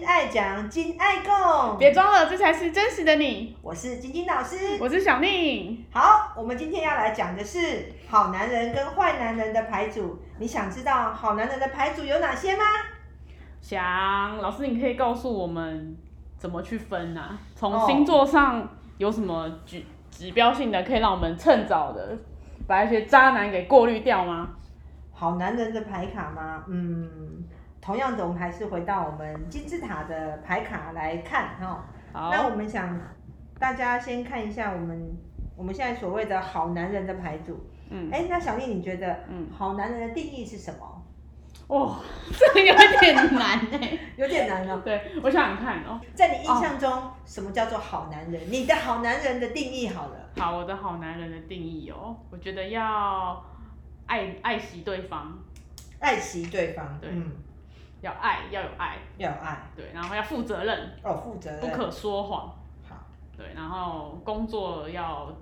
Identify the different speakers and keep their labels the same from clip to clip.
Speaker 1: 堂金爱共，
Speaker 2: 别装了，这才是真实的你。
Speaker 1: 我是晶晶老师。
Speaker 2: 我是小宁，
Speaker 1: 好，我们今天要来讲的是好男人跟坏男人的牌组。你想知道好男人的牌组有哪些吗？
Speaker 2: 想老师，你可以告诉我们怎么去分啊？从
Speaker 1: 哦
Speaker 2: 星座上有什么指指标性的，可以让我们趁早的 把一些渣男给过滤掉吗？
Speaker 1: 好男人的牌卡吗？嗯，同样的，我们还是回到我们金字塔的牌卡来看哈、那
Speaker 2: 好，
Speaker 1: 我们想，大家先看一下我们我们现在所谓的好男人的牌组。
Speaker 2: 嗯，
Speaker 1: 哎、那小丽，你觉得
Speaker 2: 嗯
Speaker 1: 好男人的定义是什么？
Speaker 2: 哦， 这有点难哎、
Speaker 1: 有点难哦。
Speaker 2: 对，我想想看哦。
Speaker 1: 在你印象中，什么叫做好男人？你的好男人的定义好了。
Speaker 2: 好，我的好男人的定义哦，我觉得要爱爱惜对方，
Speaker 1: 爱惜对方，
Speaker 2: 对
Speaker 1: 嗯，
Speaker 2: 要爱，要有爱，
Speaker 1: 要有爱
Speaker 2: 对，然后要负责任，
Speaker 1: 哦，负责
Speaker 2: 不
Speaker 1: 任，
Speaker 2: 可说谎，
Speaker 1: 好，
Speaker 2: 对，然后工作要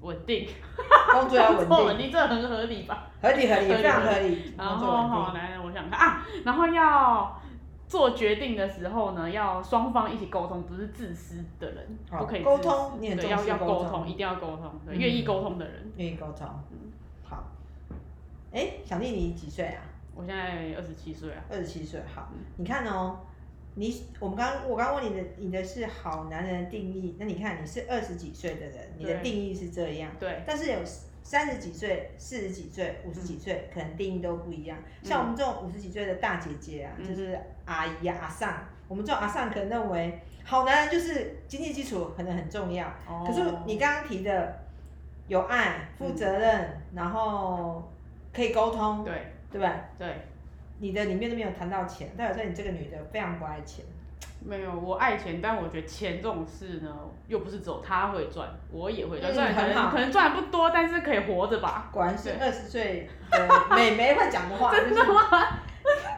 Speaker 2: 稳定，
Speaker 1: 工作要稳
Speaker 2: 工作稳
Speaker 1: 定，
Speaker 2: 定，这很合理吧？
Speaker 1: 合理合理，
Speaker 2: 合理
Speaker 1: 非常合理，
Speaker 2: 然
Speaker 1: 工
Speaker 2: 后
Speaker 1: 作稳
Speaker 2: 好
Speaker 1: 定，
Speaker 2: 男人，我想看啊，然后要做决定的时候呢，要双方一起沟通，不是自私的人，
Speaker 1: 好
Speaker 2: 不可以
Speaker 1: 沟
Speaker 2: 自私
Speaker 1: 通你很
Speaker 2: 对，
Speaker 1: 重
Speaker 2: 要
Speaker 1: 视
Speaker 2: 要
Speaker 1: 沟
Speaker 2: 沟
Speaker 1: 通
Speaker 2: 通，一定要沟通，对，
Speaker 1: 嗯
Speaker 2: 愿意沟通的人。
Speaker 1: 愿意沟通
Speaker 2: 嗯，
Speaker 1: 好。哎，小丽，你几岁啊？
Speaker 2: 我现在二十七岁啊，
Speaker 1: 二十七岁，好，你看哦，你我们刚我刚问你的，你的是好男人的定义，那你看你是二十几岁的人，你的
Speaker 2: 对
Speaker 1: 定义是这样，
Speaker 2: 对，
Speaker 1: 但是有三十几岁、四十几岁、五十几
Speaker 2: 嗯
Speaker 1: 岁，可能定义都不一样。像我们这种五十几岁的大姐姐啊，
Speaker 2: 嗯
Speaker 1: 就是阿姨啊、阿上，我们这种阿上可能认为好男人就是经济基础可能很重要，
Speaker 2: 哦
Speaker 1: 可是你刚刚提的有爱、负责任，然后可以沟通，
Speaker 2: 嗯对
Speaker 1: 对吧？
Speaker 2: 对，
Speaker 1: 你的里面都没有谈到钱，代表说你这个女的非常不爱钱。
Speaker 2: 没有，我爱钱，但我觉得钱这种事呢，又不是只有他会赚，我也会赚，
Speaker 1: 嗯
Speaker 2: 虽然可
Speaker 1: 很好
Speaker 2: 能可能赚得不多，但是可以活着吧。
Speaker 1: 果然是
Speaker 2: 对
Speaker 1: 二十岁的美眉会讲的 话，真的吗？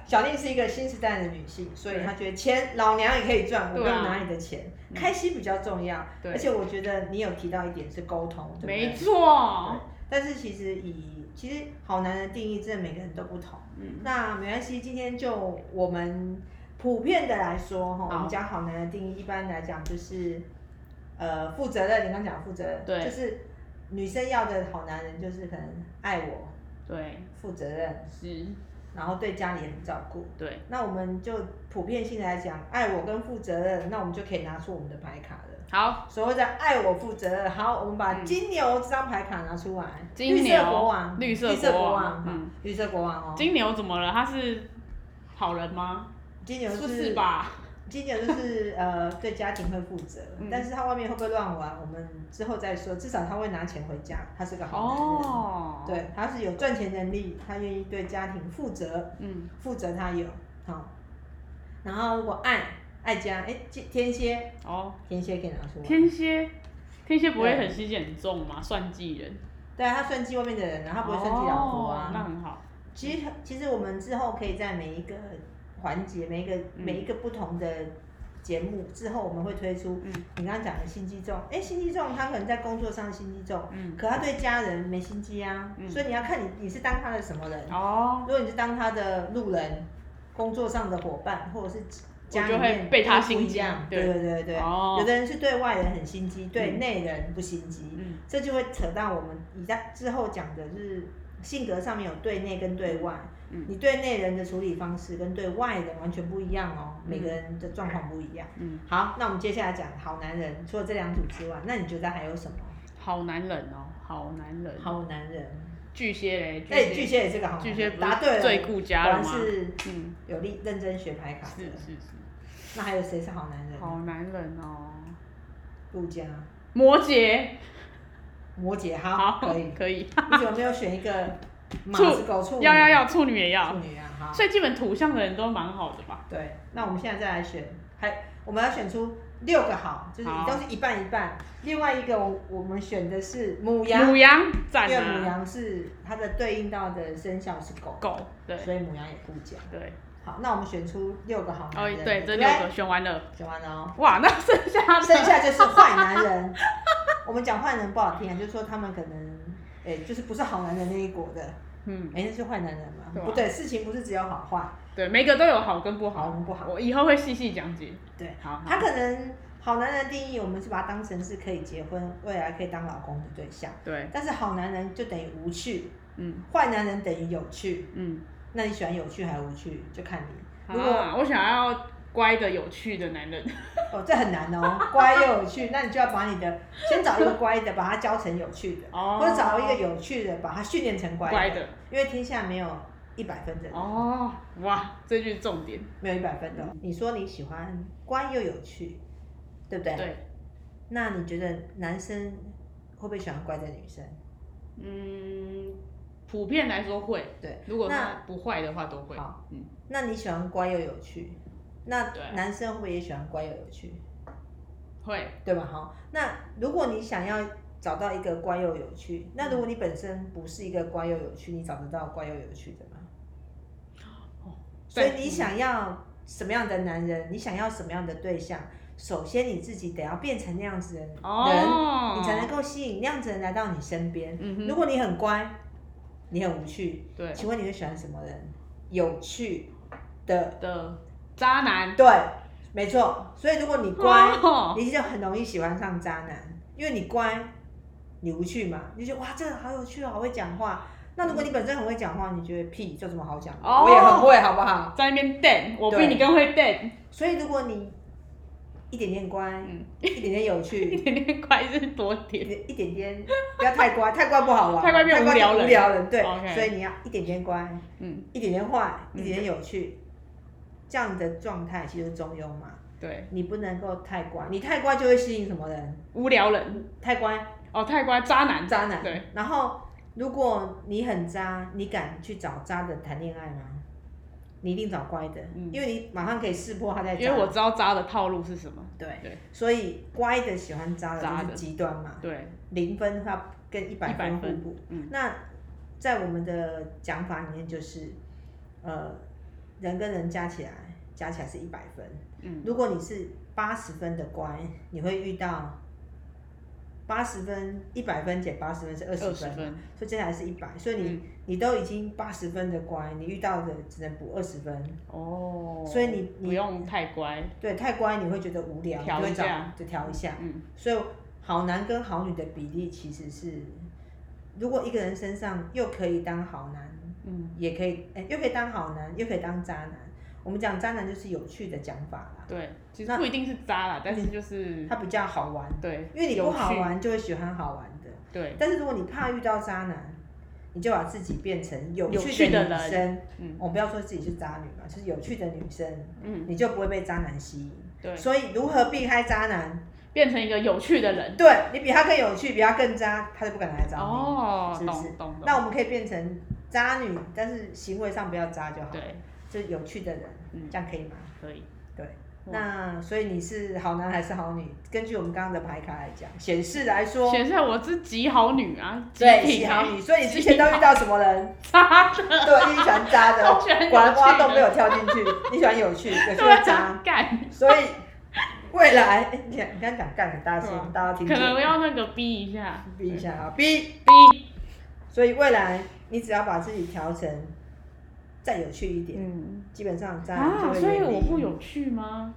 Speaker 1: 小丽是一个新时代的女性，所以
Speaker 2: 对
Speaker 1: 她觉得钱老娘也可以赚，我不
Speaker 2: 对啊
Speaker 1: 用拿你的钱，
Speaker 2: 嗯
Speaker 1: 开心比较重要。
Speaker 2: 对
Speaker 1: 而且我觉得你有提到一点是沟通，对不对？
Speaker 2: 没错
Speaker 1: 对，但是其实以其实好男人的定义，真的每个人都不同。
Speaker 2: 嗯，
Speaker 1: 那没关系，今天就我们普遍的来说哈，我们
Speaker 2: 好
Speaker 1: 讲好男人的定义，一般来讲就是，呃，负责任。你刚讲负责任，
Speaker 2: 对
Speaker 1: 就是女生要的好男人就是可能爱我、
Speaker 2: 对，
Speaker 1: 负责任，
Speaker 2: 是，
Speaker 1: 然后对家里很照顾。
Speaker 2: 对，
Speaker 1: 那我们就普遍性来讲，爱我跟负责任，那我们就可以拿出我们的牌卡了。
Speaker 2: 好，
Speaker 1: 所谓的爱我负责任，好，我们把
Speaker 2: 嗯
Speaker 1: 金牛这张牌卡拿出来，
Speaker 2: 金
Speaker 1: 绿
Speaker 2: 牛
Speaker 1: 色国王，
Speaker 2: 绿色
Speaker 1: 绿色
Speaker 2: 国
Speaker 1: 国
Speaker 2: 王
Speaker 1: 王，
Speaker 2: 嗯
Speaker 1: 绿色国王哦，
Speaker 2: 金牛怎么了？他是好人吗？
Speaker 1: 金牛
Speaker 2: 不是吧？
Speaker 1: 金牛就是呃对家庭会负责，
Speaker 2: 嗯
Speaker 1: 但是他外面会不会乱玩，我们之后再说。至少他会拿钱回家，他是个好男人。
Speaker 2: 哦，，
Speaker 1: 对，他是有赚钱能力，他愿意对家庭负责，
Speaker 2: 嗯，
Speaker 1: 负责他有好、然后如果爱爱家，哎，天天蝎，
Speaker 2: 哦，
Speaker 1: 天蝎可以拿出来。
Speaker 2: 天蝎，天蝎不会
Speaker 1: 对
Speaker 2: 很心机很重吗？算计人，
Speaker 1: 对啊，他算计外面的人，然后他不会算计老婆
Speaker 2: 哦那
Speaker 1: 啊。
Speaker 2: 很好，
Speaker 1: 其实其实我们之后可以在每一个环节、每一个、
Speaker 2: 嗯
Speaker 1: 每一个不同的节目之后，我们会推出
Speaker 2: 嗯
Speaker 1: 你刚刚讲的心机重，哎，心机重，他可能在工作上心机重，
Speaker 2: 嗯，
Speaker 1: 可他对家人没心机啊，
Speaker 2: 嗯
Speaker 1: 所以你要看你你是当他的什么人。
Speaker 2: 哦，
Speaker 1: 如果你是当他的路人，工作上的伙伴，或者是家里
Speaker 2: 我就会
Speaker 1: 面
Speaker 2: 被他
Speaker 1: 都不
Speaker 2: 心
Speaker 1: 一
Speaker 2: 机
Speaker 1: 样，对
Speaker 2: 对
Speaker 1: 对对对。
Speaker 2: 哦
Speaker 1: 有的人是对外人很心机，对内人不心机，
Speaker 2: 嗯
Speaker 1: 这就会扯到我们以在之后讲的就是性格上面有对内跟对外。
Speaker 2: 嗯
Speaker 1: 你对内人的处理方式跟对外人完全不一样哦，每个人的状况不一样。
Speaker 2: 嗯，
Speaker 1: 好，那我们接下来讲好男人，除了这两组之外，那你觉得还有什么
Speaker 2: 好男人哦，好男人，
Speaker 1: 好男人？
Speaker 2: 巨蟹嘞，
Speaker 1: 哎，巨蟹也是个好男
Speaker 2: 巨
Speaker 1: 人，
Speaker 2: 蟹不
Speaker 1: 答对
Speaker 2: 是
Speaker 1: 了，
Speaker 2: 最
Speaker 1: 果
Speaker 2: 顾家了
Speaker 1: 然
Speaker 2: 吗？
Speaker 1: 是
Speaker 2: 嗯，
Speaker 1: 有认认真学牌卡
Speaker 2: 是
Speaker 1: 的。
Speaker 2: 是是，
Speaker 1: 那还有谁是好男人？
Speaker 2: 好男人哦，
Speaker 1: 陆家、
Speaker 2: 摩羯，
Speaker 1: 摩羯，好，
Speaker 2: 好
Speaker 1: 可以。
Speaker 2: 可以，
Speaker 1: 你怎么没有选一个马
Speaker 2: 处
Speaker 1: 子狗处女？
Speaker 2: 要要要，处女也
Speaker 1: 处
Speaker 2: 要，
Speaker 1: 女啊，好。
Speaker 2: 所以基本土象的人都蛮好的吧？
Speaker 1: 对，那我们现在再来选，还我们要选出六个好，就是
Speaker 2: 好
Speaker 1: 都是一半一半。另外一个我我们选的是母羊，
Speaker 2: 母羊赞
Speaker 1: 因为母
Speaker 2: 啊，
Speaker 1: 羊是它的对应到的生肖是狗，
Speaker 2: 狗对
Speaker 1: 所以母羊也顾家。
Speaker 2: 对，
Speaker 1: 好，那我们选出六个好男
Speaker 2: 哦
Speaker 1: 人，
Speaker 2: 对，这
Speaker 1: 不
Speaker 2: 六个选完了，
Speaker 1: 选完了哦。
Speaker 2: 哇，那剩下
Speaker 1: 剩
Speaker 2: 的
Speaker 1: 下就是坏男人。 我们讲坏人不好听啊，就是说他们可能，诶、就是不是好男人那一国的。
Speaker 2: 嗯，
Speaker 1: 哎，那是坏男人嘛？
Speaker 2: 对啊
Speaker 1: 不对，事情不是只有好坏，
Speaker 2: 对，每个都有好跟不
Speaker 1: 好
Speaker 2: 好，
Speaker 1: 跟不好。
Speaker 2: 我以后会细细讲解。
Speaker 1: 对，
Speaker 2: 好，好
Speaker 1: 他可能好男人的定义，我们是把他当成是可以结婚、未来可以当老公的对象。
Speaker 2: 对，
Speaker 1: 但是好男人就等于无趣，
Speaker 2: 嗯
Speaker 1: 坏男人等于有趣。
Speaker 2: 嗯，
Speaker 1: 那你喜欢有趣还是无趣，就看你。如果、
Speaker 2: 啊，我想要乖的、有趣的 男人。
Speaker 1: 哦，这很难哦， 乖又有趣，那你就要把你的先找一个乖的，把它教成有趣的，
Speaker 2: 哦
Speaker 1: 或者找一个有趣的，把它训练成乖
Speaker 2: 乖的
Speaker 1: 因为天下没有一百分的人，
Speaker 2: 哦，哇，这句重点。
Speaker 1: 没有一百分的哦。你说你喜欢乖又有趣，对不对？
Speaker 2: 对，
Speaker 1: 那你觉得男生会不会喜欢乖的女生？
Speaker 2: 嗯，普遍来说会。
Speaker 1: 对，
Speaker 2: 如果
Speaker 1: 那
Speaker 2: 他不坏的话，都会。
Speaker 1: 好
Speaker 2: 嗯，
Speaker 1: 那你喜欢乖又有趣，那
Speaker 2: 对
Speaker 1: 男生会不会也喜欢乖又有趣？
Speaker 2: 会。
Speaker 1: 对吧？哈，那如果你想要找到一个乖又有趣，那
Speaker 2: 嗯
Speaker 1: 如果你本身不是一个乖又有趣，你找得到乖又有趣的吗？所以
Speaker 2: 哦对
Speaker 1: 你想要什么样的男人，你想要什么样的对象，首先你自己得要变成那样子的人，
Speaker 2: 哦，
Speaker 1: 你才能够吸引那样子的人来到你身边。
Speaker 2: 嗯哼
Speaker 1: 如果你很乖，你很无趣，
Speaker 2: 对
Speaker 1: 请问你会喜欢什么人？有趣的，
Speaker 2: 的渣男。
Speaker 1: 对，没错。所以如果你乖，
Speaker 2: 哦
Speaker 1: 你就很容易喜欢上渣男，因为你乖，你无趣嘛，你就觉得哇，这个人好有趣哦，好会讲话。那如果你本身很会讲话，你觉得屁，就这么好讲话，
Speaker 2: 哦
Speaker 1: 我也很会，好不好？
Speaker 2: 在那边 d 我比
Speaker 1: 对
Speaker 2: 你更会 d
Speaker 1: 所以如果你一点点乖，
Speaker 2: 嗯
Speaker 1: 一点点有
Speaker 2: 一
Speaker 1: 趣，
Speaker 2: 点点乖是多
Speaker 1: 一
Speaker 2: 点。
Speaker 1: 点一点点不要太乖，太乖不好玩，
Speaker 2: 太乖变
Speaker 1: 太
Speaker 2: 无聊
Speaker 1: 就
Speaker 2: 人
Speaker 1: 无聊人对
Speaker 2: OK
Speaker 1: 所以你要一点点乖，
Speaker 2: 嗯，
Speaker 1: 一点点坏，
Speaker 2: 嗯
Speaker 1: 一点点有趣，这样的状态其实是中庸嘛。
Speaker 2: 对，
Speaker 1: 你不能够太乖，你太乖就会吸引什么人？
Speaker 2: 无聊人。
Speaker 1: 太乖
Speaker 2: 哦，太乖，渣男。
Speaker 1: 渣男。
Speaker 2: 对。
Speaker 1: 然后，如果你很渣，你敢去找渣的谈恋爱吗？你一定找乖的，
Speaker 2: 嗯
Speaker 1: 因为你马上可以识破他在渣。
Speaker 2: 因为我知道渣的套路是什么。
Speaker 1: 对
Speaker 2: 对
Speaker 1: 所以乖的喜欢渣的
Speaker 2: 渣
Speaker 1: 就是
Speaker 2: 的
Speaker 1: 极端嘛，
Speaker 2: 对，
Speaker 1: 零分它跟一百分
Speaker 2: 100
Speaker 1: 互
Speaker 2: 分
Speaker 1: 补。
Speaker 2: 嗯
Speaker 1: 那在我们的讲法里面就是，呃，人跟人加起来加起来是一百分。
Speaker 2: 嗯，
Speaker 1: 如果你是八十分的乖，你会遇到八十分，一百分减八十分是二十
Speaker 2: 二
Speaker 1: 分
Speaker 2: 十
Speaker 1: 嘛，
Speaker 2: 分。
Speaker 1: 所以这才是一百。所以你、
Speaker 2: 嗯
Speaker 1: 你都已经八十分的乖，你遇到的只能补二十分。
Speaker 2: 哦，
Speaker 1: 所以你你
Speaker 2: 不用太乖，
Speaker 1: 对，太乖你会觉得无聊，你
Speaker 2: 调
Speaker 1: 会
Speaker 2: 一
Speaker 1: 找
Speaker 2: 下
Speaker 1: 就调一下。
Speaker 2: 嗯，
Speaker 1: 所以好男跟好女的比例其实是，如果一个人身上又可以当好男，
Speaker 2: 嗯，
Speaker 1: 也可以，哎、又可以当好男，又可以当渣男。我们讲渣男就是有趣的讲法啦，
Speaker 2: 对，其
Speaker 1: 那
Speaker 2: 实不一定是渣啦，但是就是
Speaker 1: 它比较好玩。
Speaker 2: 对，
Speaker 1: 因为你
Speaker 2: 有
Speaker 1: 不好啊
Speaker 2: 趣，
Speaker 1: 玩，就会喜欢好玩的。
Speaker 2: 对，
Speaker 1: 但是如果你怕遇到渣男，你就把自己变成有
Speaker 2: 有
Speaker 1: 趣
Speaker 2: 趣
Speaker 1: 的
Speaker 2: 的
Speaker 1: 女
Speaker 2: 人
Speaker 1: 生。哦
Speaker 2: 嗯
Speaker 1: 我们不要说自己是渣女嘛，就是有趣的女生，
Speaker 2: 嗯，
Speaker 1: 你就不会被渣男吸引。
Speaker 2: 对，
Speaker 1: 所以如何避开渣男？
Speaker 2: 变成一个有趣的人。
Speaker 1: 对你比他更有趣，比他更渣，他就不敢来找你。
Speaker 2: 哦，
Speaker 1: 是
Speaker 2: 懂
Speaker 1: 不是
Speaker 2: 懂懂，
Speaker 1: 那我们可以变成渣女，但是行为上不要渣就好，
Speaker 2: 对，
Speaker 1: 就是有趣的人，
Speaker 2: 嗯
Speaker 1: 这样可以吗？
Speaker 2: 可以，
Speaker 1: 对。
Speaker 2: 哇
Speaker 1: 那所以你是好男还是好女？根据我们刚刚的牌卡来讲，显示来说，
Speaker 2: 显示我是极好女啊，极
Speaker 1: 对，
Speaker 2: 品
Speaker 1: 喜好
Speaker 2: 欸
Speaker 1: 你，所以你之前都遇到什么人？
Speaker 2: 渣的，
Speaker 1: 对，你喜欢渣的，
Speaker 2: 我喜欢有趣的
Speaker 1: 果然挖洞没有跳进去。 你喜欢有趣，有趣
Speaker 2: 对
Speaker 1: 的
Speaker 2: 啊
Speaker 1: 渣，，
Speaker 2: 干，
Speaker 1: 所以未来，哎你看你刚讲干很大
Speaker 2: 对
Speaker 1: 声
Speaker 2: 啊，
Speaker 1: 大家听
Speaker 2: 可
Speaker 1: 见，
Speaker 2: 能要那个逼一下，
Speaker 1: 逼一下啊，逼。
Speaker 2: 逼，
Speaker 1: 所以未来你只要把自己调成再有趣一点，
Speaker 2: 嗯，
Speaker 1: 基本上渣男就
Speaker 2: 啊，
Speaker 1: 会
Speaker 2: 所以
Speaker 1: 远离
Speaker 2: 我不有趣吗？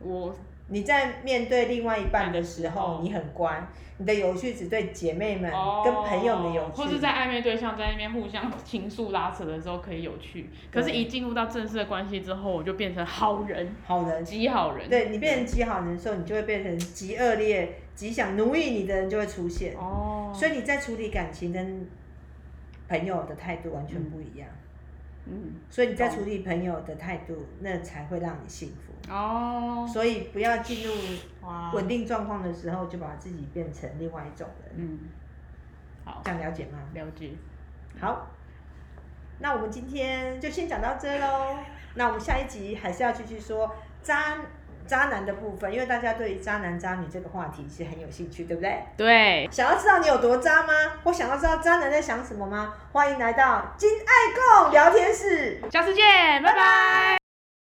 Speaker 2: 我
Speaker 1: 你在面对另外一半的时候
Speaker 2: 哦，
Speaker 1: 你很乖，你的有趣只对姐妹们
Speaker 2: 哦，
Speaker 1: 嗯跟朋友们有
Speaker 2: 或是
Speaker 1: 趣，
Speaker 2: 在暧昧对象在那边互相情愫拉扯的时候可以有趣，
Speaker 1: 对
Speaker 2: 可是，一进入到正式的关系之后，我就变成好人，
Speaker 1: 好人
Speaker 2: 极好人。
Speaker 1: 对你变成极好人的时候，你就会变成极恶劣、极想奴役你的人就会出现。
Speaker 2: 哦，
Speaker 1: 所以你在处理感情跟朋友的态度完全不一样。
Speaker 2: 嗯，
Speaker 1: 所以你在处理朋友的态度，那才会让你幸福。
Speaker 2: 哦，
Speaker 1: 所以不要进入
Speaker 2: 哇，
Speaker 1: 嗯稳定状况的时候，就把自己变成另外一种人。
Speaker 2: 嗯，好，
Speaker 1: 这样了解吗？
Speaker 2: 了解，
Speaker 1: 好，那我们今天就先讲到这喽。那我们下一集还是要继续说渣渣男的部分，因为大家对于渣男渣女这个话题是很有兴趣，对不对？
Speaker 2: 对，
Speaker 1: 想要知道你有多渣吗？或想要知道渣男在想什么吗？欢迎来到金爱共聊天室。
Speaker 2: 下次见，拜拜。